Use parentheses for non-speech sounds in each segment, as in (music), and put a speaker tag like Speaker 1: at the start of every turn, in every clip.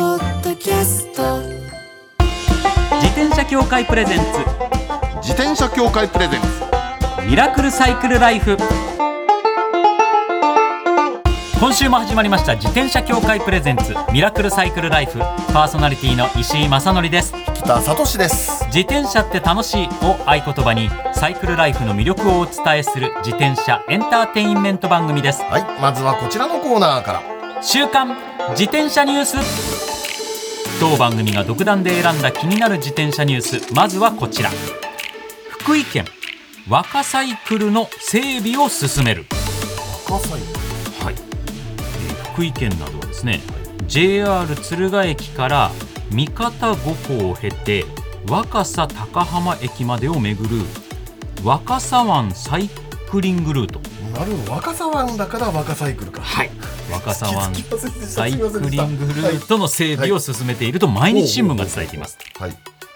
Speaker 1: キャスト
Speaker 2: 自転車協会プレゼンツ
Speaker 3: 自転車協会プレゼンツ
Speaker 2: ミラクルサイクルライフ今週も始まりました自転車協会プレゼンツミラクルサイクルライフパーソナリティの石井正則です
Speaker 3: 北聡です
Speaker 2: 自転車って楽しいを合言葉にサイクルライフの魅力をお伝えする自転車エンターテインメント番組です
Speaker 3: はいまずはこちらのコーナーから
Speaker 2: 週刊自転車ニュース当番組が独断で選んだ気になる自転車ニュースまずはこちら福井県若サイクルの整備を進める
Speaker 3: 若さい
Speaker 2: はい、えー福井県などはですね JR 敦賀駅から三方五湖を経て若狭高浜駅までを巡る若狭湾サイクリングルート
Speaker 3: なるほど若さ湾だから若サイクルかはい
Speaker 2: 若狭
Speaker 3: (laughs)
Speaker 2: 湾
Speaker 3: 気づきませんでした
Speaker 2: サイクリングルートの整備を進めていると毎日新聞が伝えています、
Speaker 3: はい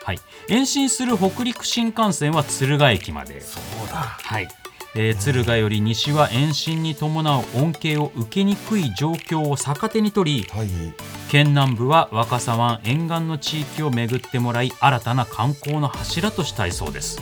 Speaker 2: はい、延伸する北陸新幹線は敦賀駅まで
Speaker 3: そうだ
Speaker 2: はい、えー敦賀より西は延伸に伴う恩恵を受けにくい状況を逆手に取り
Speaker 3: はい
Speaker 2: 県南部は若狭湾沿岸の地域を巡ってもらい新たな観光の柱としたいそうです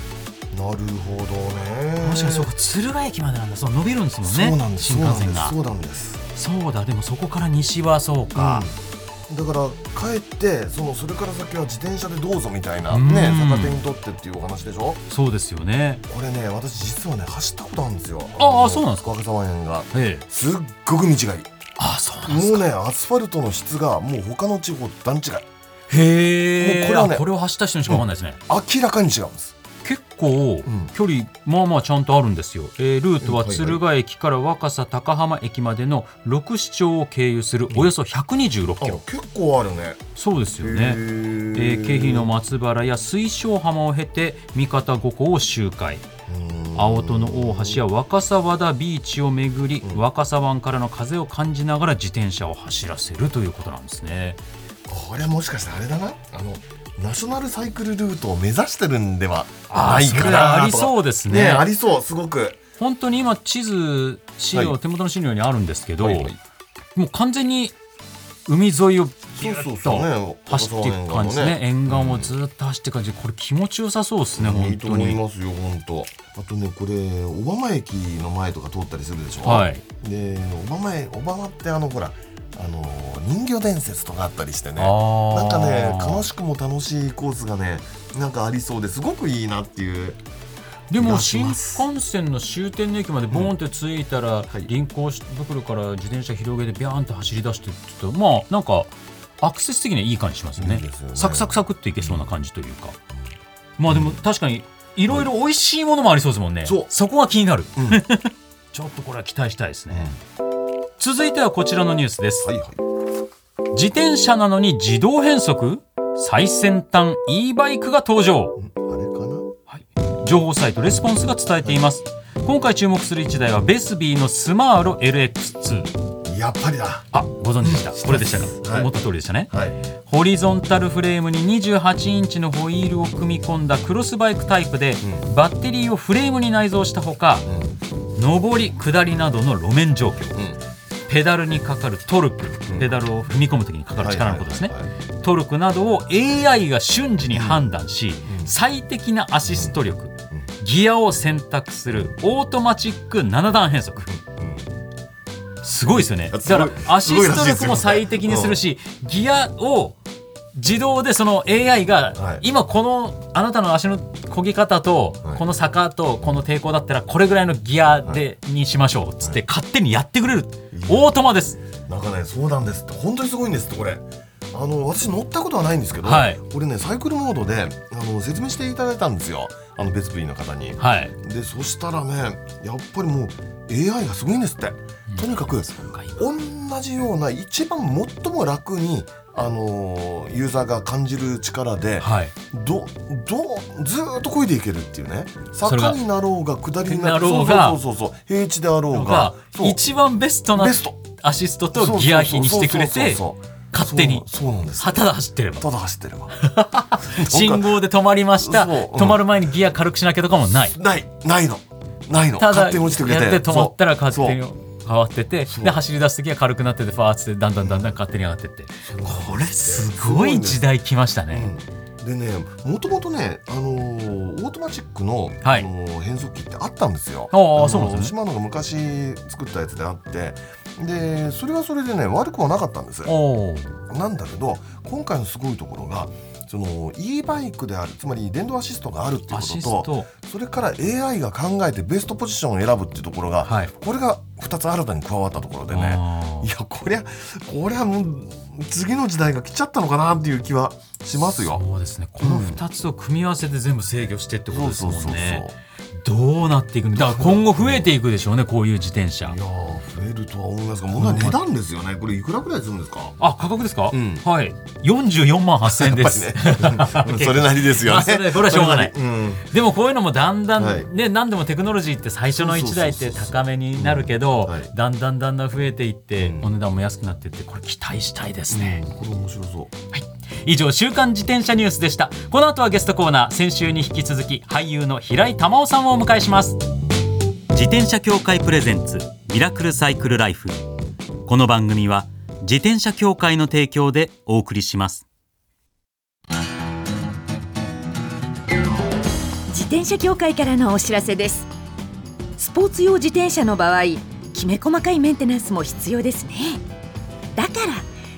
Speaker 3: なるほどね
Speaker 2: 確かにそうか敦賀駅までなんだそう伸びるんですもんね
Speaker 3: そうなんです
Speaker 2: 新幹線が
Speaker 3: そうなんですそう
Speaker 2: そうだでもそこから西はそう
Speaker 3: な
Speaker 2: か
Speaker 3: んで、すうんだから帰ってそのそれから先は自転車でどうぞみたいな
Speaker 2: うん
Speaker 3: ね逆手にとってっていうお話でしょ
Speaker 2: そうですよね
Speaker 3: これね私実はね走ったことあるんですよ
Speaker 2: ああ
Speaker 3: の
Speaker 2: そうなんです
Speaker 3: 若狭湾沿が
Speaker 2: ええ
Speaker 3: すっごく道がいい
Speaker 2: あそうなんです
Speaker 3: もう
Speaker 2: か
Speaker 3: ねアスファルトの質がもう他の地方と段違い
Speaker 2: へえ
Speaker 3: もう
Speaker 2: こ
Speaker 3: これはね
Speaker 2: これを走った人にしか分かんないですね、
Speaker 3: 明らかに違うんです
Speaker 2: 結構
Speaker 3: うん
Speaker 2: 距離、まあまあちゃんとあるんですよ、えールートは
Speaker 3: うんはいはい
Speaker 2: 敦賀駅から若狭高浜駅までの6市町を経由するおよそ126キロ、
Speaker 3: 結構あるね
Speaker 2: そうですよねえー経費の松原や水晶浜を経て三方五湖を周回青戸の大橋や若狭和田ビーチを巡り、若狭湾からの風を感じながら自転車を走らせるということなんですね
Speaker 3: これもしかしてあれだなあのナショナルサイクルルートを目指してるんでは
Speaker 2: あー
Speaker 3: ない
Speaker 2: そ
Speaker 3: かなと
Speaker 2: れありそうですね
Speaker 3: ありそうすごく
Speaker 2: 本当に今地図資料、
Speaker 3: はい
Speaker 2: 手元の資料にあるんですけど、
Speaker 3: はいはい
Speaker 2: もう完全に海沿いをビュ
Speaker 3: そ
Speaker 2: ッ
Speaker 3: うそうそう
Speaker 2: と
Speaker 3: ね
Speaker 2: 走っていく感じですね
Speaker 3: 若狭
Speaker 2: 沿
Speaker 3: 湾
Speaker 2: 岸
Speaker 3: がね
Speaker 2: をずっと走っていく感じこれ気持ちよさそうですね、
Speaker 3: い
Speaker 2: 本
Speaker 3: いと
Speaker 2: 当
Speaker 3: 思
Speaker 2: に
Speaker 3: いますよ本当あとねこれ小浜駅の前とか通ったりするでしょ
Speaker 2: はい
Speaker 3: で小浜へ小浜ってあのほらあの人魚伝説とかあったりしてね
Speaker 2: あー
Speaker 3: なんかね楽しくも楽しいコースがねなんかありそうですごくいいなっていう
Speaker 2: でも
Speaker 3: 出し
Speaker 2: 新
Speaker 3: ます
Speaker 2: 幹線の終点の駅までボーンって着いたら、
Speaker 3: はい
Speaker 2: 臨港袋から自転車広げてビャーンと走り出してって言ったらまあなんかアクセス的にはいい感じしますよね
Speaker 3: いいですよね
Speaker 2: サクサクサクっていけそうな感じというか、まあでも確かにいろいろ美味しいものもありそうですもんね、
Speaker 3: そう
Speaker 2: そこが気になる、
Speaker 3: ん
Speaker 2: (laughs) ちょっとこれは期待したいですね、続いてはこちらのニュースです、
Speaker 3: はいはい
Speaker 2: 自転車なのに自動変速最先端 e バイクが登場、
Speaker 3: あれかな
Speaker 2: はい、情報サイトレスポンスが伝えています今回注目する1台はベスビーのスマーロ LX2
Speaker 3: やっぱりだ
Speaker 2: あご存知でしたこれでしたか、
Speaker 3: はい
Speaker 2: 思った通りでしたね
Speaker 3: はい
Speaker 2: ホリゾンタルフレームに28インチのホイールを組み込んだクロスバイクタイプで、バッテリーをフレームに内蔵したほか、上り下りなどの路面状況、
Speaker 3: ん
Speaker 2: ペダルにかかるトルク、ペダルを踏み込む時にかかる力のことですね、
Speaker 3: はいはいはい
Speaker 2: トルクなどを AI が瞬時に判断し、最適なアシスト力、ギアを選択するオートマチック7段変速、すごいですよねだ
Speaker 3: やす
Speaker 2: か
Speaker 3: ごい
Speaker 2: らアシスト
Speaker 3: すごいらしいです
Speaker 2: 力
Speaker 3: よ
Speaker 2: も最適にするし、ギアを自動でその AI が、
Speaker 3: はい
Speaker 2: 今このあなたの足の漕ぎ方と、
Speaker 3: はい
Speaker 2: この坂とこの抵抗だったらこれぐらいのギアで、にしましょうっつって勝手にやってくれる、オートマです
Speaker 3: なんかねそうなんですって本当にすごいんですってこれあの私乗ったことはないんですけど、
Speaker 2: はい
Speaker 3: これねサイクルモードであの説明していただいたんですよあのベスプリーの方に
Speaker 2: はい
Speaker 3: でそしたらねやっぱりもう AI がすごいんですって、とにかく
Speaker 2: か
Speaker 3: 同じような一番最も楽にあのーユーザーが感じる力で、
Speaker 2: はい
Speaker 3: どどうずーっと漕いでいけるっていうね
Speaker 2: それが
Speaker 3: 坂になろうが下りにな
Speaker 2: なろうが
Speaker 3: そうそうそうそう平地であろう
Speaker 2: が
Speaker 3: がそう
Speaker 2: 一番ベストな
Speaker 3: ベスト
Speaker 2: アシストとギア比にしてくれて
Speaker 3: そうそうそうそう
Speaker 2: 勝手に
Speaker 3: そうそうなんです
Speaker 2: はただ走ってれば
Speaker 3: ただ走ってれば
Speaker 2: 信号で止まりました、
Speaker 3: そううん
Speaker 2: 止まる前にギア軽くしなきゃとかもない
Speaker 3: ないないのないの
Speaker 2: ただ
Speaker 3: 勝手に落ちてくれて
Speaker 2: やって止まったら勝手に
Speaker 3: そう
Speaker 2: 勝変わってて
Speaker 3: そう
Speaker 2: で走り出す時は軽くなっててファーッつってだんだんだんだん勝手に上がってってこれすごい時代来ましたね。
Speaker 3: でねもともとね、あのーオートマチックの、
Speaker 2: はい
Speaker 3: あのー変速機ってあったんですよ。
Speaker 2: あー
Speaker 3: のー
Speaker 2: そうなんですね
Speaker 3: シマノが昔作ったやつであってでそれはそれでね悪くはなかったんです
Speaker 2: おお
Speaker 3: なんだけど今回のすごいところがその e バイクであるつまり電動アシストがあるっていうこ
Speaker 2: アシス
Speaker 3: とと
Speaker 2: ト
Speaker 3: それから AI が考えてベストポジションを選ぶっていうところが、
Speaker 2: はい
Speaker 3: これが2つ新たに加わったところでね
Speaker 2: あ
Speaker 3: いやこりゃこりゃもう次の時代が来ちゃったのかなっていう気はし
Speaker 2: ー
Speaker 3: ますよ。
Speaker 2: そうですねこの2つを組み合わせて全部制御してってことですもんね
Speaker 3: い
Speaker 2: どうなっていくのだから今後増えていくでしょうねこういう自転車
Speaker 3: やー増えるとは思いますが問題値段ですよねこれいくらぐらいするんですか
Speaker 2: あ価格ですか、
Speaker 3: うん
Speaker 2: はい44万8000円です、
Speaker 3: ね (laughs) (laughs) それなりですよ
Speaker 2: あ
Speaker 3: ね
Speaker 2: (laughs) それこれはしょうがない
Speaker 3: うん
Speaker 2: でもこういうのもだんだん、
Speaker 3: はい
Speaker 2: ね何でもテクノロジーって最初の1台って高めになるけ
Speaker 3: そ
Speaker 2: ど
Speaker 3: うそうそうそううん
Speaker 2: だんだんだんだん増えていって、
Speaker 3: うん
Speaker 2: お値段も安くなっていってこれ期待したいですね、
Speaker 3: これ面白そう
Speaker 2: 以上週刊自転車ニュースでしたこの後はゲストコーナー先週に引き続き俳優の平井珠緒さんをお迎えします自転車協会プレゼンツミラクルサイクルライフこの番組は自転車協会の提供でお送りします
Speaker 1: 自転車協会からのお知らせですスポーツ用自転車の場合きめ細かいメンテナンスも必要ですねだから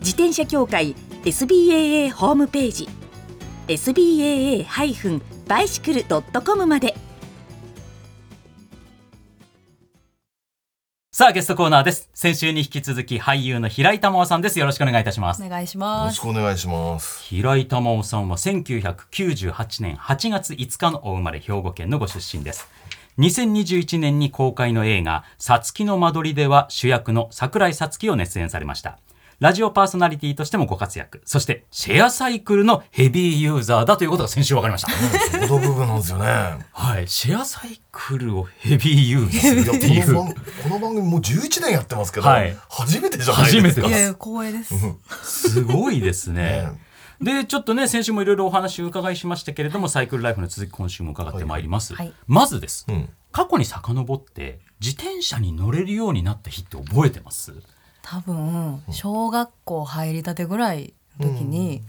Speaker 1: 自転車協会 SBAA ホームページ SBAA-bicycle.com まで
Speaker 2: さあゲストコーナーです先週に引き続き俳優の平井珠緒さんですよろしくお願いいたします
Speaker 4: お願いし
Speaker 3: よろ
Speaker 4: ま
Speaker 3: し
Speaker 4: す。
Speaker 3: くお願いします
Speaker 2: 平井珠緒さんは1998年8月5日のお生まれ兵庫県のご出身です2021年に公開の映画「さつきの間取り」では主役の桜井さつきを熱演されましたラジオパーソナリティとしてもご活躍そしてシェアサイクルのヘビーユーザーだということが先週分かりました
Speaker 3: この部分なんですよね
Speaker 2: はいシェアサイクルをヘビーユーザ
Speaker 3: い
Speaker 2: ー
Speaker 3: や
Speaker 2: ってい
Speaker 3: この
Speaker 2: う
Speaker 3: 番この番組もう11年やってますけど、
Speaker 2: はい
Speaker 3: 初めてじゃないですか
Speaker 2: 初めて
Speaker 4: い
Speaker 2: で
Speaker 4: やいや光栄です。
Speaker 2: すごいですね
Speaker 3: ね
Speaker 2: でちょっとね先週もいろいろお話を伺いしましたけれどもサイクルライフの続き今週も伺ってまいります、
Speaker 4: はいはい
Speaker 2: まずです、
Speaker 3: うん
Speaker 2: 過去に遡って自転車に乗れるようになった日って覚えてます
Speaker 4: 多分小学校入りたてぐらいの時に、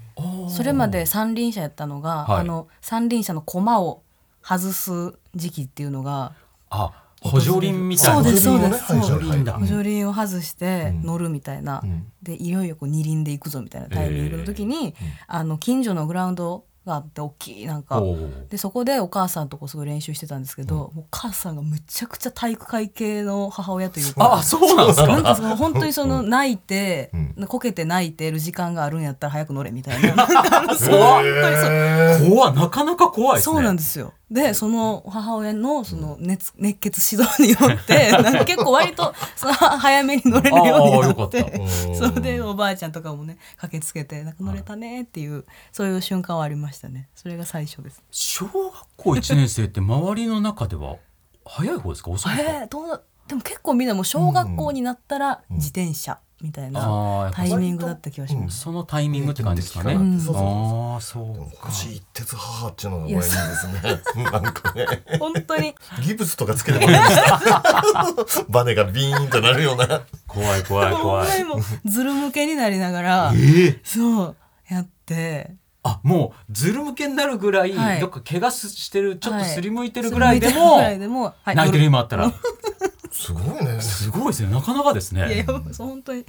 Speaker 4: それまで三輪車やったのが、
Speaker 2: はい
Speaker 4: あの三輪車の駒を外す時期っていうのが
Speaker 2: あ補助輪みたいな
Speaker 4: そうですそうです
Speaker 3: はいはい
Speaker 2: 補助輪だ
Speaker 3: はい
Speaker 4: 補助輪を外して乗るみたいな、
Speaker 3: ん
Speaker 4: でいよいよこう二輪で行くぞみたいなタイミングの時に、あの近所のグラウンドがあって大きいなんか
Speaker 2: おー
Speaker 4: でそこでお母さんとこうすごい練習してたんですけど、もうお母さんがむちゃくちゃ体育会系の母親というか
Speaker 2: あそうなんです
Speaker 4: なんか
Speaker 2: か
Speaker 4: その本当にその泣いて、こけて泣いてる時間があるんやったら早く乗れみたいなそう本当にそう
Speaker 3: へー
Speaker 2: 怖いなかなか怖いですね
Speaker 4: そうなん
Speaker 2: す
Speaker 4: ですよでその母親のその熱熱血指導によってなんか結構割とその早めに乗れるように
Speaker 2: あー
Speaker 4: な
Speaker 2: よか
Speaker 4: っ
Speaker 2: った
Speaker 4: て
Speaker 3: うん
Speaker 4: それでおばあちゃんとかもね駆けつけてなんか乗れたねっていうそういう瞬間はありましたねそれが最初です。
Speaker 2: 小学校1年生って周りの中では早い方ですか遅いですか、
Speaker 4: (laughs) えー、どうなでも結構みんなもう小学校になったら自転車みたいな
Speaker 2: ああやっぱ
Speaker 4: タイミングだった気がします。
Speaker 2: そのタイミングって感じですかね、
Speaker 3: うんそうそう
Speaker 2: ああそうか
Speaker 3: 腰一徹母っていうのがこれいいですね。 (laughs) なんかね、
Speaker 4: 本当に
Speaker 3: ギブスとかつけてもいいんですかバネがビーンとなるような。
Speaker 2: 怖い怖い怖い
Speaker 4: でもずる向けになりながら、そうやって
Speaker 2: あもうずる向けになるぐらい、
Speaker 4: はい
Speaker 2: どっか怪我すしてるちょっ
Speaker 4: は
Speaker 2: と
Speaker 4: い
Speaker 2: すりむいてるぐらいでも,、
Speaker 4: ずる向いてるぐらいでもはい
Speaker 2: 泣いてる今あったら
Speaker 3: すごいね。
Speaker 2: すごいですねなかなかです
Speaker 4: いやい
Speaker 2: ね
Speaker 4: やそう本当に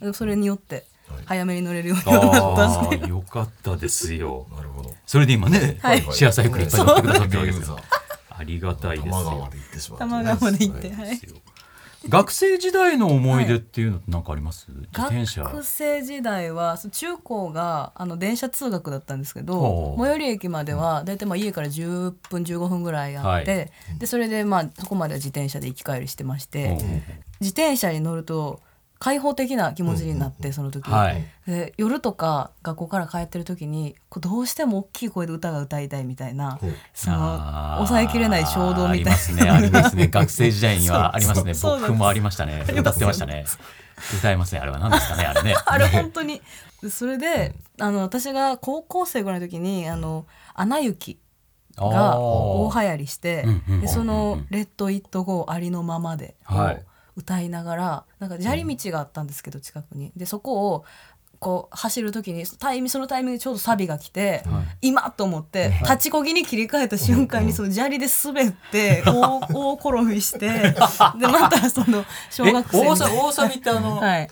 Speaker 4: でもそれによって
Speaker 3: はい
Speaker 4: 早めに乗れるようにはなったん
Speaker 2: あ
Speaker 4: ですけ
Speaker 2: あ、よかったですよ。
Speaker 3: なるほど。
Speaker 2: それで今ね、
Speaker 4: はい
Speaker 2: シェアサイクルいっぱい乗ってくださってるわけです
Speaker 3: そ
Speaker 2: よ
Speaker 3: う。
Speaker 2: ありがたい
Speaker 3: 多
Speaker 2: です
Speaker 3: 摩川
Speaker 2: よ。
Speaker 3: で行ってしま
Speaker 4: ど
Speaker 3: う。
Speaker 4: 玉川まで行って、
Speaker 3: はい
Speaker 4: はい、
Speaker 2: 学生時代の思い出っていうのって何かあります、自転車。
Speaker 4: 学生時代はそう中高があの電車通学だったんですけ
Speaker 2: ほ
Speaker 4: ど
Speaker 2: う
Speaker 4: 最寄り駅までは大体まあ家から10分15分ぐらいあって、
Speaker 2: は
Speaker 4: でそれでまあそこまでは自転車で行き帰りしてまし
Speaker 2: うん
Speaker 4: て自転車に乗ると開放的な気持ちになってその時、
Speaker 2: はい。
Speaker 4: で夜とか学校から帰ってる時にこうどうしても大きい声で歌が歌いたいみたいな
Speaker 3: ほう
Speaker 4: その
Speaker 2: あー
Speaker 4: 抑えきれない衝動
Speaker 2: あ
Speaker 4: み
Speaker 2: り
Speaker 4: たい
Speaker 2: ま
Speaker 4: な
Speaker 2: すね、ありますね。学生時代にはありますね。
Speaker 4: (laughs) そうそう
Speaker 2: 僕もありましたね。歌ってました
Speaker 4: (laughs)
Speaker 2: ね。歌いますね。あれは何ですかね、あれね。
Speaker 4: (laughs) あれ本当にそれであの私が高校生ぐらいの時に「あのアナ雪」が
Speaker 2: あ
Speaker 4: 大
Speaker 2: ー
Speaker 4: 流行りして
Speaker 2: うんうんうんう
Speaker 4: で
Speaker 2: ん
Speaker 4: その「レッド・イット・ゴーありのままで」を
Speaker 2: はい
Speaker 4: 歌いながらなんか砂利道があったんですけど近くに。でそこをこう走る時にタイミそのタイミングでちょうどサビが来て、今と思って立ちこぎに切り替えた瞬間にその砂利で滑って大大転
Speaker 2: (laughs)
Speaker 4: びしてでまたその小
Speaker 2: え、
Speaker 4: 学生
Speaker 2: 大
Speaker 4: みた
Speaker 2: サ
Speaker 4: いな
Speaker 2: 大サビってあの、
Speaker 4: はい、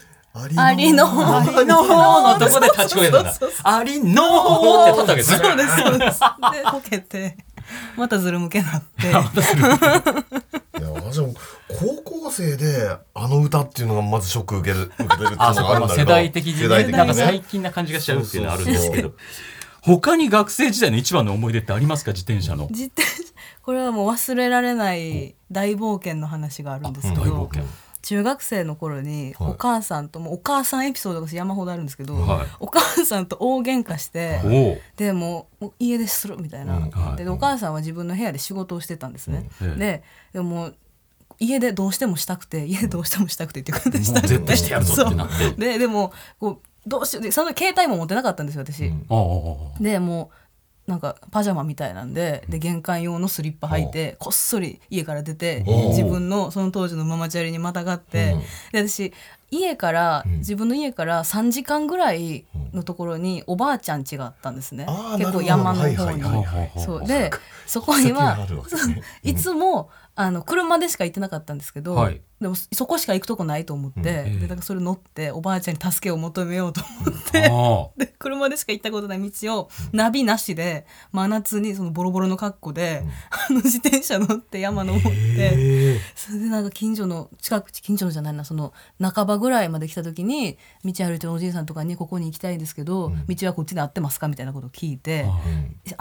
Speaker 3: ありのまま。
Speaker 4: あ
Speaker 2: ありのーのとこで立ちこいだんだ。ありのーって立ったわけですね。
Speaker 4: そうですそうです。でこけてまたずるむけなって。
Speaker 3: いや私も高校生であの歌っていうのがまずショック受ける受けてるっていうの
Speaker 2: あ、そう
Speaker 3: がある
Speaker 2: か、
Speaker 3: んだけど
Speaker 2: 世代的に
Speaker 3: 世代
Speaker 2: ね、
Speaker 3: 的
Speaker 2: なんか
Speaker 3: に
Speaker 2: 最
Speaker 3: ね
Speaker 2: 近な感じがしちゃうっていうのはあるんですけど。他に学生時代の一番の思い出ってありますか、自転車
Speaker 4: (laughs)
Speaker 2: の。
Speaker 4: 自転車これはもう忘れられない大冒険の話があるんですけ
Speaker 2: 大冒
Speaker 4: ど
Speaker 2: 険。
Speaker 4: 中学生の頃に
Speaker 3: はい
Speaker 4: お母さんともうお母さんエピソードが私山ほどあるんですけど、
Speaker 2: はい
Speaker 4: お母さんと大喧嘩して。
Speaker 2: おお。
Speaker 4: でもうもう家出するみたいな、
Speaker 3: うん
Speaker 2: はい
Speaker 4: でお母さんは自分の部屋で仕事をしてたんですね、
Speaker 2: うんええ
Speaker 4: ででもう家でどうしてもしたくて家でどうしてもしたくてっていうことで
Speaker 2: もう
Speaker 4: したくて
Speaker 2: 絶対してやるぞってなって
Speaker 4: そうででもこうどうしようでその時携帯も持ってなかったんですよ私、
Speaker 3: ん
Speaker 2: ああああ
Speaker 4: でもうなんかパジャマみたいなんでで玄関用のスリッパ履いてこっそり家から出て
Speaker 3: おう
Speaker 4: 自分のその当時のママチャリにまたがってで私家から自分の家から3時間ぐらいのところにおばあちゃん家があったんですね
Speaker 3: あーな
Speaker 4: 結構
Speaker 3: るほ
Speaker 4: 山
Speaker 3: ど
Speaker 4: の方
Speaker 3: はい
Speaker 4: に
Speaker 3: はいはい
Speaker 2: はい。
Speaker 4: そうでそこ
Speaker 3: こ
Speaker 4: には
Speaker 3: るわけですね
Speaker 4: (laughs) いつもあの車でしか行ってなかったんですけど、
Speaker 2: はい
Speaker 4: でもそこしか行くとこないと思って、
Speaker 2: え
Speaker 4: でだからそれ乗っておばあちゃんに助けを求めようと思って。
Speaker 2: ああ。
Speaker 4: で車でしか行ったことない道をナビなしで真夏にそのボロボロの格好で、あの自転車乗って山登って、それでなんか近所の近く近所のじゃないなその半ばぐらいまで来た時に道歩いてるおじいさんとかに「ここに行きたいんですけど、道はこっちで合ってますか?」みたいなことを聞いて
Speaker 2: あ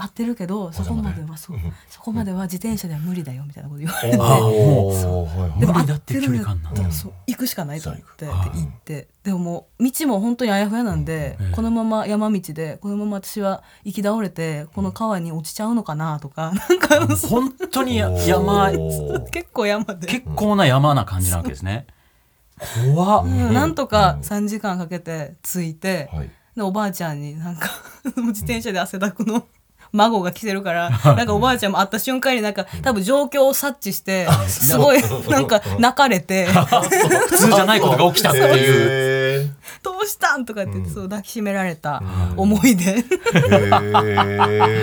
Speaker 4: 「合ってるけどそこまではそうそこまでは自転車では無理だよ」みたいなこと言われ
Speaker 2: あ
Speaker 4: て。
Speaker 2: も
Speaker 3: おーはいはい
Speaker 2: 無理だっていう距離感なんだ
Speaker 4: でもそう行くしかないと思って
Speaker 2: そ
Speaker 4: で
Speaker 2: う行く
Speaker 4: 行ってでももう道も本当にあやふやなんで、
Speaker 2: ええ
Speaker 4: このまま山道でこのまま私は行き倒れてこの川に落ちちゃうのかなとか (laughs) なんか
Speaker 2: あ。本当にや山、
Speaker 3: おー
Speaker 4: (laughs) 結構山で、
Speaker 2: 結構な山な感じなわけですね。怖っ。
Speaker 4: うんなんとか3時間かけて着いて、
Speaker 3: はい
Speaker 4: でおばあちゃんになんか (laughs) 自転車で汗だくの。 (laughs) 孫が来てるから
Speaker 2: (laughs)
Speaker 4: なんかおばあちゃんも会った瞬間になんか多分状況を察知してすごいなんか泣かれ
Speaker 2: (laughs)
Speaker 4: て
Speaker 2: 普通じゃないことが起きたっていう。
Speaker 3: へ
Speaker 4: 「どうしたん?」とかって言ってそう抱きしめられた思い出。
Speaker 3: ーへ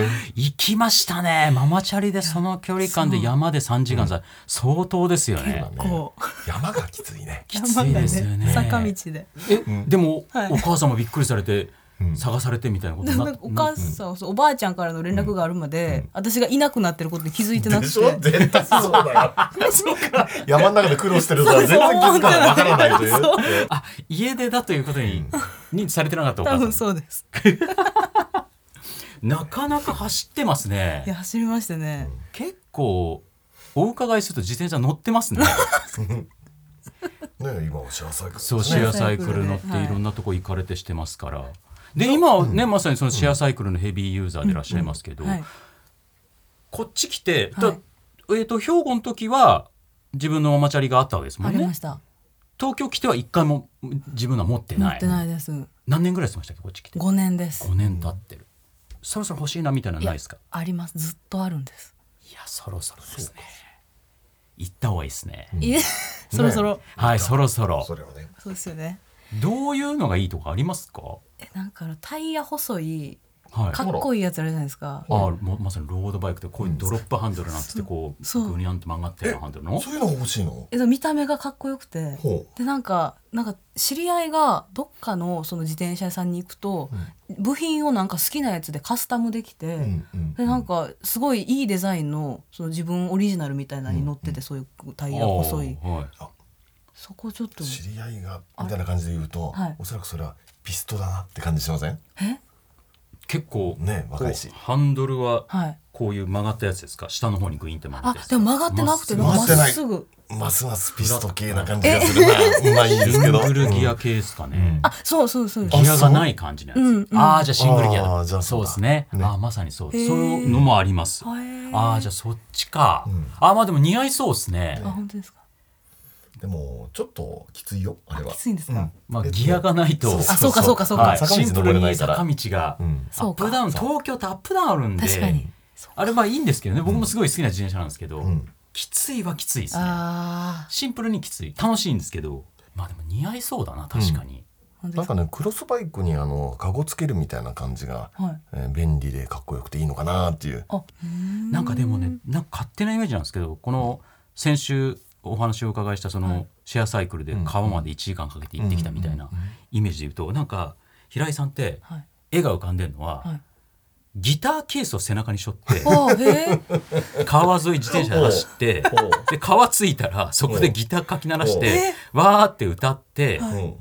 Speaker 3: ー
Speaker 2: 行きましたね。ママチャリでその距離感で山で3時間さ、相当ですよね。
Speaker 4: こう
Speaker 3: 山がきついね
Speaker 2: きついですよね。
Speaker 4: 坂道で
Speaker 2: え、でも、
Speaker 4: はい
Speaker 2: お母さんもびっくりされて、探されてみたいなこと
Speaker 4: で
Speaker 2: にな
Speaker 4: なんかお母さん、そうおばあちゃんからの連絡があるまで、私がいなくなってることに気づいてなく
Speaker 3: で
Speaker 4: て
Speaker 3: しょ絶対そうだよ山の中で苦労してるから全然気づかないわからないという
Speaker 4: そう
Speaker 2: あ家出だということに認知されてなかったお
Speaker 4: 多
Speaker 2: 母
Speaker 4: 分
Speaker 2: さ
Speaker 4: そうです
Speaker 2: んなかなか走ってます
Speaker 4: い
Speaker 2: ね
Speaker 4: や走りましてね、
Speaker 2: 結構お伺いすると自転車乗ってますね
Speaker 3: ね今は幸せです
Speaker 2: そうシェアサイクル乗っていろんなとこ行かれてしてますから、で今はね、まさにそのシェアサイクルのヘビーユーザーでいらっしゃいますけど、
Speaker 4: はい、
Speaker 2: こっち来て、
Speaker 4: はい
Speaker 2: だえー、と兵庫の時は自分のママチャリがあったわけですも
Speaker 4: あ
Speaker 2: ん
Speaker 4: りま
Speaker 2: ね
Speaker 4: した
Speaker 2: 東京来ては一回も自分のは持って
Speaker 4: 持
Speaker 2: な
Speaker 4: っ
Speaker 2: い
Speaker 4: てないです
Speaker 2: 何年ぐらいしてましたっけこっち来て
Speaker 4: 5年です
Speaker 2: 5年経ってる、そろそろ欲しいなみたいなのないですか
Speaker 4: ありますずっとあるんです、
Speaker 2: いやそろそろですね行った方がいいですね、
Speaker 4: いえそろそろ、
Speaker 2: はいそろそろ
Speaker 3: それはね
Speaker 4: そうですよね
Speaker 2: どういうのがいいとかありますか
Speaker 4: えなんかあのタイヤ細い
Speaker 2: はい
Speaker 4: かっこいいやつあるじゃないですか。
Speaker 2: あもうまさにロードバイクでこういうドロップハンドルなんつってこう
Speaker 4: そう
Speaker 2: グニャンと曲がってるハンドルの
Speaker 3: そういうのが欲しいの
Speaker 4: えでも見た目がかっこよくて
Speaker 3: ほ
Speaker 4: でなんかなんか知り合いがどっかのその自転車屋さんに行くと、部品をなんか好きなやつでカスタムできて、
Speaker 3: う。うんうん
Speaker 4: でなんかすごいいいデザインのその自分オリジナルみたいなのに乗ってて、そういうタイヤ細い
Speaker 2: あーはい
Speaker 4: そこちょっと
Speaker 3: 知り合いがみたいな感じで言うと、
Speaker 4: はい
Speaker 3: おそらくそれはピストだなって感じしません
Speaker 4: え
Speaker 2: 結構
Speaker 3: ね若いし
Speaker 2: こうハンドルは
Speaker 4: はい
Speaker 2: こういう曲がったやつですか下の方にグインって曲がっ
Speaker 4: あ
Speaker 2: てやつ
Speaker 4: でも曲がってなくて
Speaker 2: ま
Speaker 4: ま
Speaker 3: っ
Speaker 4: っ
Speaker 3: すぐ
Speaker 4: すぐ
Speaker 3: ますますピスト系な感じがする (laughs) なうまいん
Speaker 2: っ
Speaker 3: ですすけ
Speaker 2: シン
Speaker 3: ど
Speaker 2: グルギア系ですかね、
Speaker 4: あそうそうそうです
Speaker 2: ギアがない感じのやつ、
Speaker 4: あそううんうん
Speaker 2: ああじゃあシングルギア
Speaker 3: あーじゃ
Speaker 2: だ
Speaker 3: あ
Speaker 2: そ
Speaker 3: そう
Speaker 2: う
Speaker 3: だ
Speaker 2: ですね
Speaker 3: ね
Speaker 2: ああまさにそうそう
Speaker 4: へー
Speaker 2: いうのもあります
Speaker 4: へ
Speaker 2: あ
Speaker 4: ー
Speaker 2: あーじゃあそっちか、ああまあでも似合いそうですね
Speaker 4: あ本当ですか
Speaker 3: でもちょっときついよあれは
Speaker 4: きついんですか、
Speaker 3: うん
Speaker 2: まあギアがないと
Speaker 3: そう
Speaker 4: あそうかそうかそうか、
Speaker 2: はい、
Speaker 3: 坂道
Speaker 2: シンプル
Speaker 3: 登れな
Speaker 2: に
Speaker 3: いから
Speaker 2: 坂道がア
Speaker 3: ん
Speaker 2: ップダウン東京ってアップダウンあるんで
Speaker 4: 確かにそう
Speaker 2: あれまあいいんですけどね僕もすごい好きな自転車なんですけど、
Speaker 3: ん
Speaker 2: きついはきついですね
Speaker 4: ああ
Speaker 2: シンプルにきつい楽しいんですけどまあでも似合いそうだな確かに、
Speaker 3: な
Speaker 4: 本当で
Speaker 3: ん
Speaker 4: すか
Speaker 3: かねクロスバイクにあのカゴつけるみたいな感じが、
Speaker 4: はい
Speaker 3: えー便利でかっこよくていいのかなっていう
Speaker 4: あうん
Speaker 2: なんかでもねなんか勝手なイメージなんですけどこの先週お話をお伺いしたそのシェアサイクルで川まで1時間かけて行ってきたみたいなイメージで言うとなんか平井さんって
Speaker 4: はい
Speaker 2: 絵が浮かんでるのは
Speaker 4: はい
Speaker 2: ギターケースを背中に背負って
Speaker 4: あーへえ
Speaker 2: 川沿い自転車で走って
Speaker 3: ほう
Speaker 2: で川着いたらそこでギターかき鳴らし
Speaker 3: ほう
Speaker 2: てわーって歌って
Speaker 3: うん、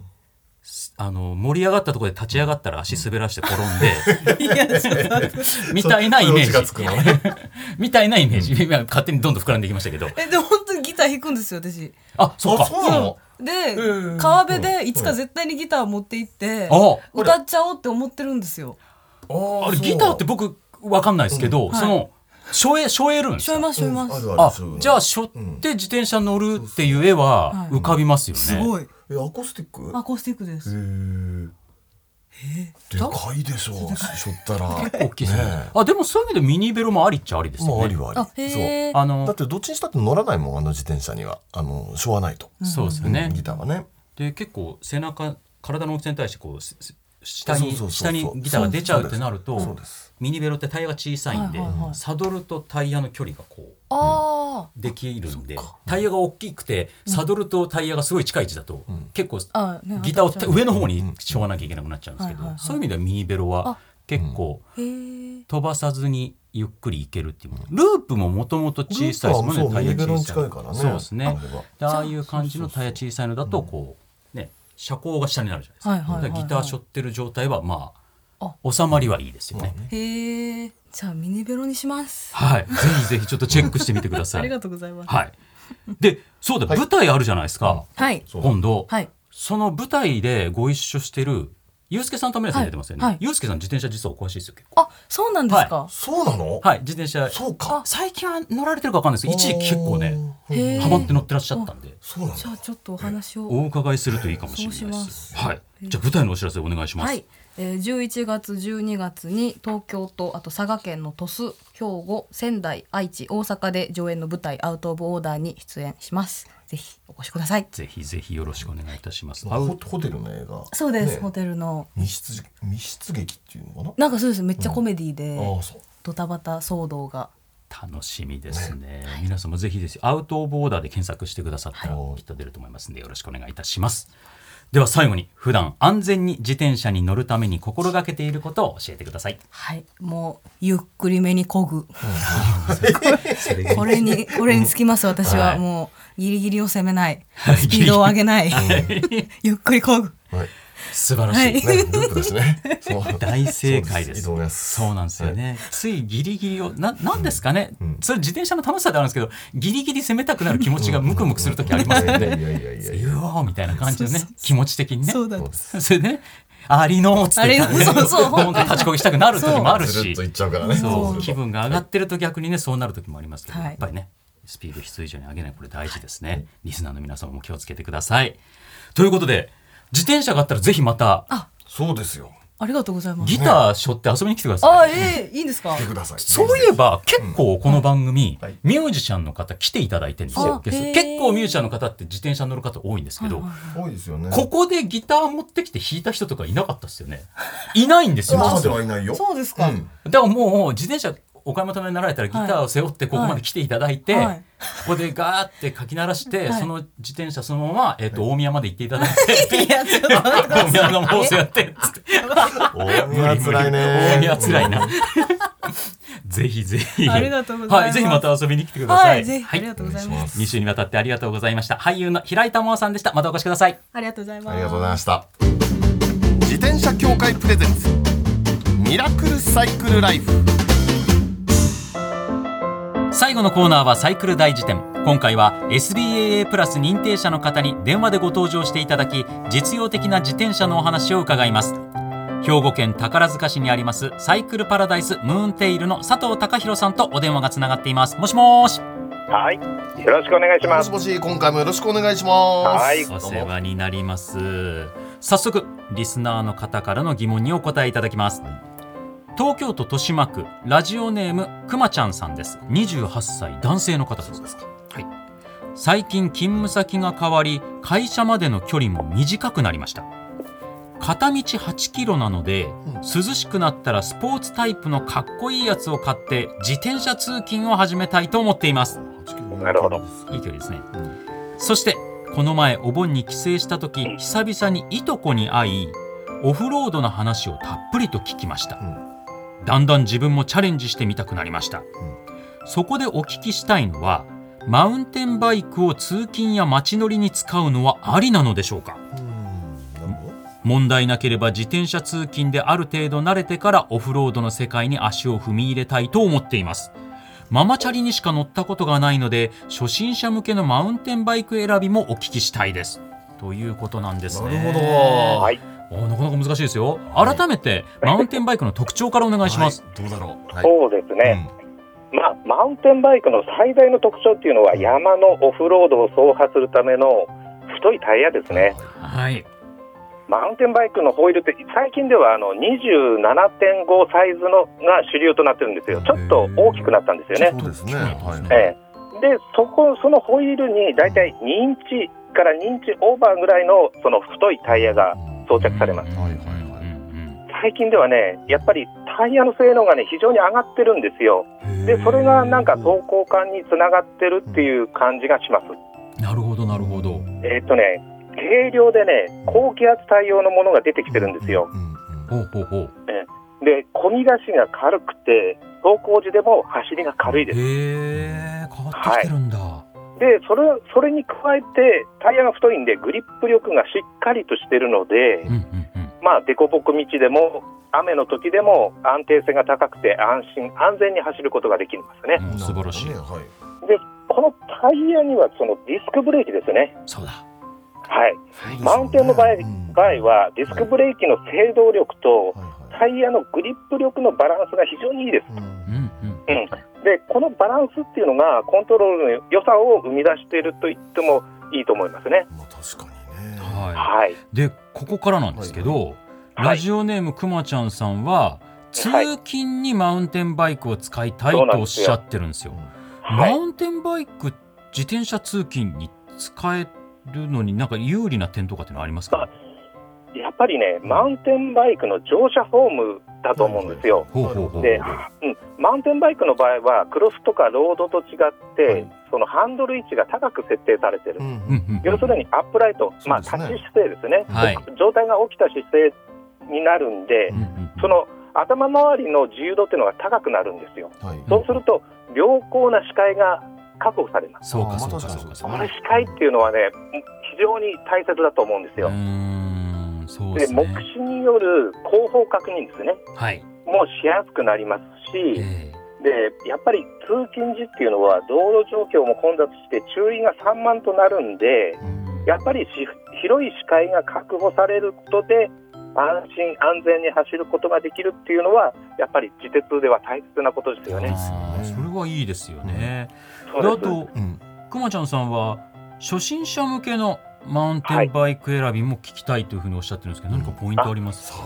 Speaker 2: あの盛り上がったところで立ち上がったら足滑らして転んで
Speaker 4: いやちょっと待って
Speaker 2: (laughs) みたいなイメー
Speaker 3: そっち
Speaker 2: ジ
Speaker 3: がつくのね
Speaker 2: (laughs) みたいなイメージ今勝手にどんどん膨らんでいきましたけど
Speaker 4: えでも本当にギター弾くんですよ私
Speaker 2: あそう
Speaker 3: あ
Speaker 2: か
Speaker 3: そうなの、
Speaker 4: で、
Speaker 2: うん
Speaker 4: 川辺でいつか絶対にギターを持って行って、
Speaker 2: あ
Speaker 4: 歌っちゃおうって思ってるんですよ。
Speaker 2: あれギターって
Speaker 3: 僕
Speaker 2: 僕わかんないですけど、
Speaker 4: はい
Speaker 2: そのしょえしょえるんです
Speaker 4: しょい
Speaker 2: か。
Speaker 4: ますしょいます。
Speaker 2: あじゃあしょって自転車乗るっていう絵は
Speaker 4: はい
Speaker 2: 浮かびますよね。
Speaker 4: すご
Speaker 2: い。
Speaker 4: い。
Speaker 3: えアコースティック
Speaker 4: アコースティックで
Speaker 3: へ
Speaker 4: す。
Speaker 3: ーでかいでしょしょったら
Speaker 2: 結構大きいですね。
Speaker 3: ね
Speaker 2: あでもそういう意味でミニベロもありっちゃありで
Speaker 3: え
Speaker 2: すよね。
Speaker 3: もうありはあ
Speaker 4: あ
Speaker 3: り
Speaker 4: へえ。
Speaker 2: あ
Speaker 3: そうだっ
Speaker 2: の
Speaker 3: てどっちにしたって乗らないもんあの自転車にはあのしょうがないと、
Speaker 2: そうですよね
Speaker 3: ギ。ターはね
Speaker 2: で結構背中体の大きさに対してこうすす下
Speaker 3: そう
Speaker 2: に
Speaker 3: そうそうそ
Speaker 2: 下
Speaker 3: う
Speaker 2: にギターが出ちゃうってなると
Speaker 3: そうです
Speaker 2: ミニベロってタイヤが小さいんで、
Speaker 4: はいはいはい
Speaker 2: サドルとタイヤの距離がこう。
Speaker 4: あ
Speaker 2: できるんでタイヤが大きくてサドルとタイヤがすごい近い位置だと、結構
Speaker 4: あね
Speaker 2: ギターを上の方にしょわなきゃいけなくなっちゃうんですけど、
Speaker 4: はいはいはい
Speaker 2: そういう意味ではミニベロは結構
Speaker 4: あ。へえ。
Speaker 2: 飛ばさずにゆっくりいけるっていうものループももともと小さいですもん
Speaker 3: ルー
Speaker 2: ねタイ
Speaker 3: プはもう
Speaker 2: ヤ
Speaker 3: ミニベ
Speaker 2: 小
Speaker 3: ロ
Speaker 2: さ
Speaker 3: に
Speaker 2: い
Speaker 3: 近いからね
Speaker 2: そうです
Speaker 3: あ
Speaker 2: ね
Speaker 3: れは
Speaker 2: でああいう感じのタイヤ小さいのだとこうね車高が下になるじゃないですか,、
Speaker 4: はいはいは
Speaker 2: だ
Speaker 4: いはい
Speaker 2: からギターしょってる状態はま
Speaker 4: あ
Speaker 2: あ収まりはいいですよね、
Speaker 4: へえ。じゃあミニベロにします。
Speaker 2: はい (laughs) ぜひぜひちょっとチェックしてみてくださ
Speaker 4: あ
Speaker 2: い
Speaker 4: りがとうございます。
Speaker 2: はいでそうだ、舞台あるじゃないですか、
Speaker 4: はい。
Speaker 3: そう
Speaker 2: 今度、
Speaker 4: はい。
Speaker 2: その舞台でご一緒してる、ゆうすけさんと皆さん出てますよね。
Speaker 4: はいはい
Speaker 2: ゆうすけさん自転車実はお詳しいですよ、結構。
Speaker 4: あ、そうなんですか。
Speaker 3: そうなの、
Speaker 2: はい、自転車。
Speaker 3: そうか
Speaker 2: 最近は乗られてるかわかんないですけど、一時期結構ね、
Speaker 4: へえ。
Speaker 2: ハマって乗ってらっしゃったんで、
Speaker 3: そうなの
Speaker 4: じゃあちょっとお話を。
Speaker 2: お伺いするといいかもしれない
Speaker 4: そうし
Speaker 2: で。
Speaker 4: ますす
Speaker 2: はい。じゃあ舞台のお知らせお願いします。
Speaker 4: はい、えー、11月12月に東京とあと佐賀県の鳥栖兵庫仙台愛知大阪で上演の舞台「アウト・オブ・オーダー」に出演しますぜひお越しください
Speaker 2: ぜひぜひよろしくお願いいたします。あ
Speaker 3: ホホテルの映画
Speaker 4: そうです、
Speaker 3: ね
Speaker 4: ホテルの
Speaker 3: 密室密室劇っていうのかな
Speaker 4: なんかそうですめっちゃコメディで、
Speaker 3: ああそう
Speaker 4: ドタバタ騒動が
Speaker 2: 楽しみですね。皆さんもぜひぜひ、アウトオブオーダーで検索してくださったら、きっと出ると思いますんで、よろしくお願いいたします。では最後に、普段安全に自転車に乗るために心がけていることを教えてください。
Speaker 4: はいもうゆっくりめに漕ぐ
Speaker 2: それ
Speaker 4: これにこれにつきます私は、
Speaker 2: はい
Speaker 4: もうギリギリを攻めない
Speaker 2: はい
Speaker 4: スピードを上げない (laughs) ゆっくり漕ぐ
Speaker 3: はい
Speaker 2: 素晴らしい、
Speaker 4: はい
Speaker 3: ねループで
Speaker 2: (laughs)
Speaker 3: すねそう
Speaker 2: 大正解です
Speaker 3: そうです
Speaker 2: そうなんですよね、ついギリギリをななんですかね、それ自転車の楽しさであるんですけどギリギリ攻めたくなる気持ちがムクムクする時あります
Speaker 3: いや
Speaker 2: よ
Speaker 3: いや
Speaker 2: ね
Speaker 3: いやいやいやいや
Speaker 2: うおーみたいな感じのね気持ち的にね
Speaker 4: そうだ
Speaker 2: それでねありのーっつっ
Speaker 4: あ
Speaker 2: て
Speaker 4: りのーそうそう
Speaker 2: 本当立ちこぎしたくなる時もある
Speaker 3: ずる
Speaker 2: し
Speaker 3: っといっちゃうからね
Speaker 2: そう
Speaker 3: す
Speaker 2: 気
Speaker 3: ると
Speaker 2: 分が上がってると逆にねそうなる時もありますけど、
Speaker 4: はい
Speaker 2: やっぱりねスピード必要以上に上げないこれ大事ですね、リスナーの皆様も気をつけてくださいということで自転車があったらぜひまた
Speaker 3: そうですよ
Speaker 4: ありがとうございます。
Speaker 2: ギター背負って遊びに来てください。
Speaker 4: あ、ええいいんですか。
Speaker 3: 来てください。
Speaker 2: そういえば結構この番組、
Speaker 3: はい
Speaker 2: ミュージシャンの方来ていただいてるんですよ
Speaker 4: あ
Speaker 2: ゲスト
Speaker 4: へー
Speaker 2: 結構ミュージシャンの方って自転車乗る方多いんですけど、
Speaker 3: 多いですよね。
Speaker 2: ここでギター持ってきて弾いた人とかいなかったっすよねいないんですよ
Speaker 3: 今
Speaker 2: 実
Speaker 3: で
Speaker 2: は
Speaker 3: はいないよ。
Speaker 4: そうですか
Speaker 3: ん
Speaker 2: だからもう自転車お買い求めになられたらギターを背負ってここまで来ていただいて、
Speaker 4: はいはい
Speaker 2: ここでガーってかき鳴らして、
Speaker 4: はい
Speaker 2: その自転車そのまま、えっと大宮まで行っていただいて、
Speaker 4: (laughs) いやちょっと待ってくだ
Speaker 2: (laughs) 大
Speaker 4: さい
Speaker 2: 宮の妄想やってつって
Speaker 3: 大
Speaker 2: 無
Speaker 3: 宮
Speaker 2: 理無理
Speaker 3: 辛いね。
Speaker 2: 大宮辛いな。 (laughs) ぜひぜひ。
Speaker 4: ありがとうございます
Speaker 2: はい、ぜひまた遊びに来てください。
Speaker 4: はい、ぜひ、ありがとうございます。
Speaker 2: 2週にわたってありがとうございました。俳優の平井玉緒さんでした。またお越しください。
Speaker 4: ありがとうございます。
Speaker 3: ありがとうございました。自転車協会プレゼンツ。ミラクルサイクルライフ。
Speaker 2: 最後のコーナーはサイクル大辞典。今回は SBAA プラス認定者の方に電話でご登場していただき、実用的な自転車のお話を伺います。兵庫県宝塚市にありますサイクルパラダイスムーンテイルの佐藤隆弘さんとお電話がつながっています。もしもーし。
Speaker 5: はい、よろしくお願いしま
Speaker 3: もし
Speaker 5: す。
Speaker 3: もし、今回もよろしくお願いします。
Speaker 5: はい
Speaker 2: お世話になります早速リスナーの方からの疑問にお答えいただきます東京都豊島区ラジオネームくまちゃんさんです28歳男性の方ですはい、最近勤務先が変わり会社までの距離も短くなりました片道8キロなので、
Speaker 3: うん
Speaker 2: 涼しくなったらスポーツタイプのかっこいいやつを買って自転車通勤を始めたいと思っています
Speaker 5: なるほど
Speaker 2: いい距離ですね、
Speaker 3: うん
Speaker 2: そしてこの前お盆に帰省した時久々にいとこに会いオフロードの話をたっぷりと聞きました、だんだん自分もチャレンジしてみたくなりました、そこでお聞きしたいのはマウンテンバイクを通勤や街乗りに使うのはありなのでしょうか
Speaker 3: うんなるほど
Speaker 2: 問題なければ自転車通勤である程度慣れてからオフロードの世界に足を踏み入れたいと思っていますママチャリにしか乗ったことがないので初心者向けのマウンテンバイク選びもお聞きしたいですということなんですね
Speaker 3: なるほど
Speaker 5: はい、
Speaker 2: おなかなか難しいですよ改めてマウンテンバイクの特徴からお願いします、
Speaker 3: はいどうだろう。はい
Speaker 5: そうですね。まあ、マウンテンバイクの最大の特徴っていうのは山のオフロードを走破するための太いタイヤですね。
Speaker 2: はい
Speaker 5: マウンテンバイクのホイールって最近ではあの27.5サイズのが主流となってるんですよ。ちょっと大きくなったんですよね。
Speaker 3: そうですね。はい。
Speaker 5: ええで、そこそのホイールにだいたい2インチから2インチオーバーぐらいのその太いタイヤが装着されます。
Speaker 3: はいはいはい
Speaker 2: うん
Speaker 5: 最近ではね、やっぱりタイヤの性能がね、非常に上がってるんですよ。で、それがなんか走行感につながってるっていう感じがします。
Speaker 2: うんなるほどなるほど
Speaker 5: えーっ、とね、軽量でね、高気圧対応のものが出てきてるんですよ。
Speaker 3: うん
Speaker 2: ほうほうほう
Speaker 5: で、込み出しが軽くて、走行時でも走りが軽いです。
Speaker 2: へえ変わってきてるんだ、
Speaker 5: で、それ、それに加えて、タイヤが太いんで、グリップ力がしっかりとしてるので
Speaker 2: うん、うんうん
Speaker 5: まあ、凸凹道でも、雨の時でも安定性が高くて安心安全に走ることができますね。
Speaker 2: うん素晴らしい
Speaker 3: なるほどねはい。
Speaker 5: でこのタイヤにはそのディスクブレーキですね、
Speaker 2: そうだ
Speaker 5: はい、
Speaker 3: そうですよね
Speaker 5: マウンテンの場合,、
Speaker 3: うん
Speaker 5: 場合はディスクブレーキの制動力と
Speaker 3: はいは
Speaker 5: タイヤのグリップ力のバランスが非常にいいです。
Speaker 3: いう
Speaker 2: う
Speaker 3: ん
Speaker 2: んうん
Speaker 5: でこのバランスっていうのがコントロールの良さを生み出していると言ってもいいと思いますね。
Speaker 3: まあ確かにね。
Speaker 2: は
Speaker 5: はい、
Speaker 2: い、でここからなんですけど、
Speaker 5: はい
Speaker 2: ラジオネームくまちゃんさんは通勤にマウンテンバイクを使いたい
Speaker 5: そうなん
Speaker 2: とおっ
Speaker 5: ですよ
Speaker 2: しゃってるんですよ。
Speaker 5: は
Speaker 2: マ
Speaker 5: い、
Speaker 2: ウンテンバイク自転車通勤に使えるのになんか有利な点とかってのありますか、
Speaker 5: やっぱりねマウンテンバイクの乗車フォームだと思うんですよ。
Speaker 2: ほうほうほう
Speaker 5: でうん、マウンテンバイクの場合はクロスとかロードと違って、
Speaker 3: はい
Speaker 5: そのハンドル位置が高く設定されてる
Speaker 3: う。ん
Speaker 2: う
Speaker 3: うんん
Speaker 2: うん、
Speaker 5: 要するにアップライト、まあ、
Speaker 3: そ
Speaker 5: 立
Speaker 3: う
Speaker 5: ち
Speaker 3: ですね
Speaker 5: 姿勢ですね、
Speaker 2: はい
Speaker 5: 状態が起きた姿勢になるんで、
Speaker 2: うんうん
Speaker 5: その頭周りの自由度っていうのが高くなるんですよ。
Speaker 3: はい。
Speaker 5: そうすると、良好な視界が確保されます。
Speaker 2: そう
Speaker 3: あ
Speaker 2: か
Speaker 3: ー
Speaker 2: そうか
Speaker 3: まあ
Speaker 2: そうか
Speaker 3: 確
Speaker 2: そう
Speaker 5: こ
Speaker 2: か
Speaker 3: か
Speaker 5: の視界っていうのはね、非常に大切だと思うんです
Speaker 2: う
Speaker 5: よ。
Speaker 2: ーんそう
Speaker 5: で、
Speaker 2: です
Speaker 5: 目
Speaker 2: ね
Speaker 5: 視による後方確認ですね、
Speaker 2: はい、
Speaker 5: もうしやすくなりますし、
Speaker 2: え
Speaker 5: でやっぱり通勤時っていうのは、道路状況も混雑して、注意が散漫となるんで、
Speaker 2: えうん
Speaker 5: やっぱりし広い視界が確保されることで安心安全に走ることができるっていうのはやっぱり自鉄では大切なことですよね。
Speaker 2: あーそれはいいですよね、
Speaker 5: そう
Speaker 2: であ
Speaker 5: です
Speaker 2: と
Speaker 3: うん。
Speaker 2: くまちゃんさんは初心者向けのマウンテンバイク選びも聞きたいというふうにおっしゃってるんですけど、
Speaker 3: はい
Speaker 2: 何かポイントありますか、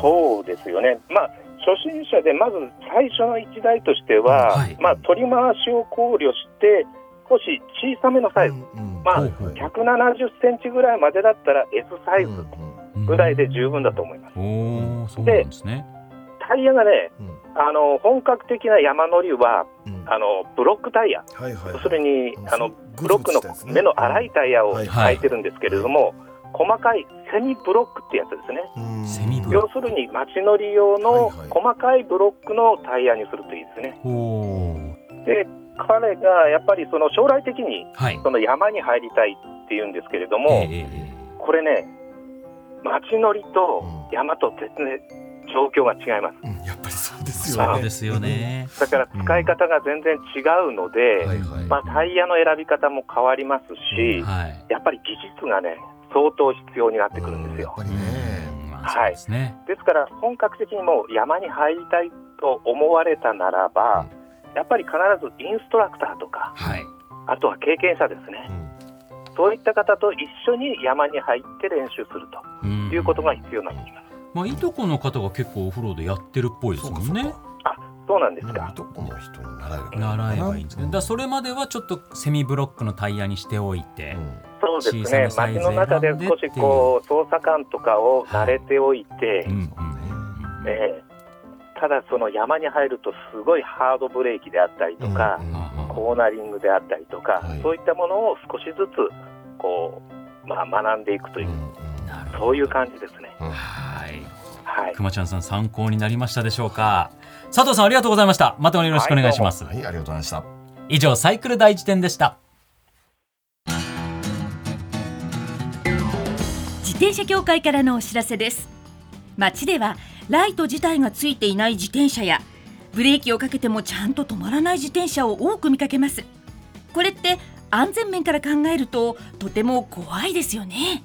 Speaker 5: そうですよね、まあ、初心者でまず最初の1台としては、
Speaker 2: はい
Speaker 5: まあ、取り回しを考慮して少し小さめのサイズ、
Speaker 3: うん
Speaker 5: まあ
Speaker 3: はいはい
Speaker 5: 1 7 0センチぐらいまでだったら S サイズぐらいで十分だと思います。
Speaker 2: おお、そうなんですね。
Speaker 5: タイヤがね
Speaker 3: うんうん
Speaker 5: あの本格的な山乗りは
Speaker 3: うん
Speaker 5: あのブロックタイヤ
Speaker 3: はいはい
Speaker 5: 要するにあのブロックの目の粗い
Speaker 3: と
Speaker 5: タイヤを
Speaker 3: はい
Speaker 5: 履いてるんですけれども、細かいセミブロックってやつですね、
Speaker 2: セミブロッ
Speaker 5: 要するに街乗り用の
Speaker 3: はいはい
Speaker 5: 細かいブロックのタイヤにするといいですね。
Speaker 2: おお、
Speaker 5: で彼がやっぱりその将来的に
Speaker 2: はい。
Speaker 5: その山に入りたいっていうんですけれど
Speaker 2: え
Speaker 5: も、
Speaker 2: ええ
Speaker 5: これね街乗りと山と絶ね状況が違いま
Speaker 3: うんやっぱりそうで
Speaker 2: え
Speaker 3: すよね
Speaker 2: そうですよね。
Speaker 5: すだから使い方が全然違うので、
Speaker 3: はいはい
Speaker 5: まあ、タイヤの選び方も変わりますし、
Speaker 2: はい。
Speaker 5: やっぱり技術がね相当必要になってくるんですよ
Speaker 3: う。やっぱりね
Speaker 2: うんまあそうですね。
Speaker 5: ですから本格的にもう山に入りたいと思われたならば、やっぱり必ずインストラクターとか
Speaker 2: はい。
Speaker 5: あとは経験者ですね
Speaker 3: うん
Speaker 5: そういった方と一緒に山に入って練習する
Speaker 2: う
Speaker 5: と
Speaker 2: ん
Speaker 5: いうことが必要になってきます。
Speaker 2: まあいとこの方が結構お風呂でやってるっぽいです
Speaker 3: そう
Speaker 2: も
Speaker 3: か
Speaker 2: ん
Speaker 3: そう
Speaker 2: ね
Speaker 3: か。
Speaker 5: あそうなんです
Speaker 3: うん
Speaker 5: か
Speaker 3: い。とこの人に習えばいいのかな
Speaker 2: 習えばいいんですけど、だからそれまではちょっとセミブロックのタイヤにしておいて、
Speaker 5: そうで
Speaker 2: 小
Speaker 5: す
Speaker 2: さ
Speaker 5: ね
Speaker 2: なサイ
Speaker 5: 街
Speaker 2: ズ
Speaker 5: の中で
Speaker 2: 選んで
Speaker 5: 少しこう操作感とかを
Speaker 2: はい
Speaker 5: 慣れておいて、
Speaker 2: うんうんうんうん
Speaker 5: えーただその山に入るとすごいハードブレーキであったりとか、
Speaker 3: うんうん
Speaker 2: ああ
Speaker 5: コーナリングであったりとか、
Speaker 3: はい
Speaker 5: そういったものを少しずつこう、まあ、学んでいくという、
Speaker 2: なるほど
Speaker 5: そういう感じですね。
Speaker 2: はい。
Speaker 5: はい
Speaker 2: くまちゃんさん参考になりましたでしょうか。佐藤さんありがとうございました。またよろしくお願いします。
Speaker 3: はいありがとうございました
Speaker 2: 以上サイクル大辞典でした。
Speaker 1: 自転車協会からのお知らせです街ではライト自体がついていない自転車やブレーキをかけてもちゃんと止まらない自転車を多く見かけますこれって安全面から考えるととても怖いですよね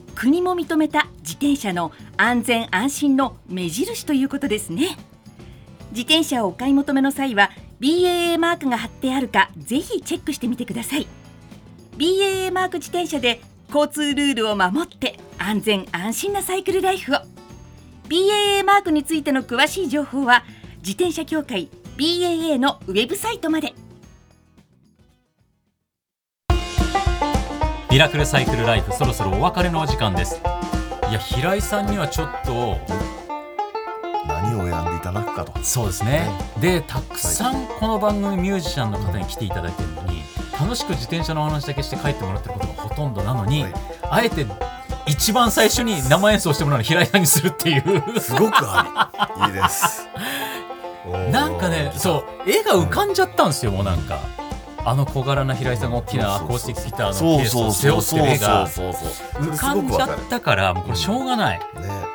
Speaker 1: 国も認めた自転車の安全安心の目印ということですね自転車をお買い求めの際は BAA マークが貼ってあるかぜひチェックしてみてください BAA マーク自転車で交通ルールを守って安全安心なサイクルライフを BAA マークについての詳しい情報は自転車協会 BAA のウェブサイトまで
Speaker 2: ミラクルサイクルライフそろそろお別れのお時間です。いや平井さんにはちょっと
Speaker 3: 何を選んでいただくかと
Speaker 2: そうですね。でたくさんこの番組ミュージシャンの方に来ていただいてるのに楽しく自転車のお話だけして帰ってもらってることがほとんどなのに、
Speaker 3: はい
Speaker 2: あえて一番最初に生演奏してもらうのを平井さんにするっていう。
Speaker 3: すごくあるいいですおー
Speaker 2: (laughs) なんかね、そう、絵が浮かんじゃったんですよ、もうなんか。あの小柄な平井さんが大きなアコースティックギターのケースを背負ってる絵が
Speaker 3: そうそうそう
Speaker 2: 浮かんじゃったから、もうこれしょうがない。
Speaker 3: ね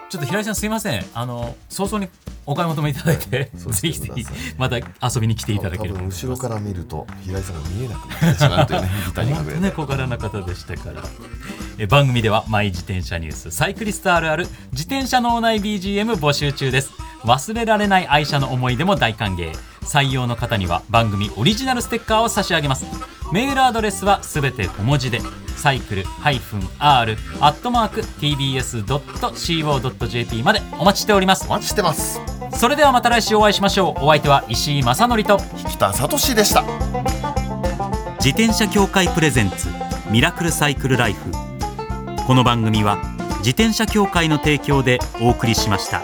Speaker 2: ちょっと平井さんすいません。あの、早々にお買い求めいただいて、
Speaker 3: そう
Speaker 2: ぜひぜ
Speaker 3: そう
Speaker 2: ひ
Speaker 3: してくださ
Speaker 2: また
Speaker 3: い、
Speaker 2: 遊びに来ていただけると
Speaker 3: 多分
Speaker 2: 思います
Speaker 3: 後ろから見ると平井さんが見えなくなってしまうというねギターに
Speaker 2: 本当
Speaker 3: 隠れ
Speaker 2: ね
Speaker 3: て
Speaker 2: 小柄な方でしたからえ番組ではマイ自転車ニュースサイクリストあるある自転車脳内 BGM 募集中です忘れられない愛車の思い出も大歓迎採用の方には番組オリジナルステッカーを差し上げますメールアドレスはすべて小文字でサイクル -r-tbs.co.jp までお待ちしております
Speaker 3: お待ちしてます
Speaker 2: それではまた来週お会いしましょうお相手は石井正則と
Speaker 3: 引田聡でした
Speaker 6: 自転車協会プレゼンツミラクルサイクルライフこの番組は自転車協会の提供でお送りしました。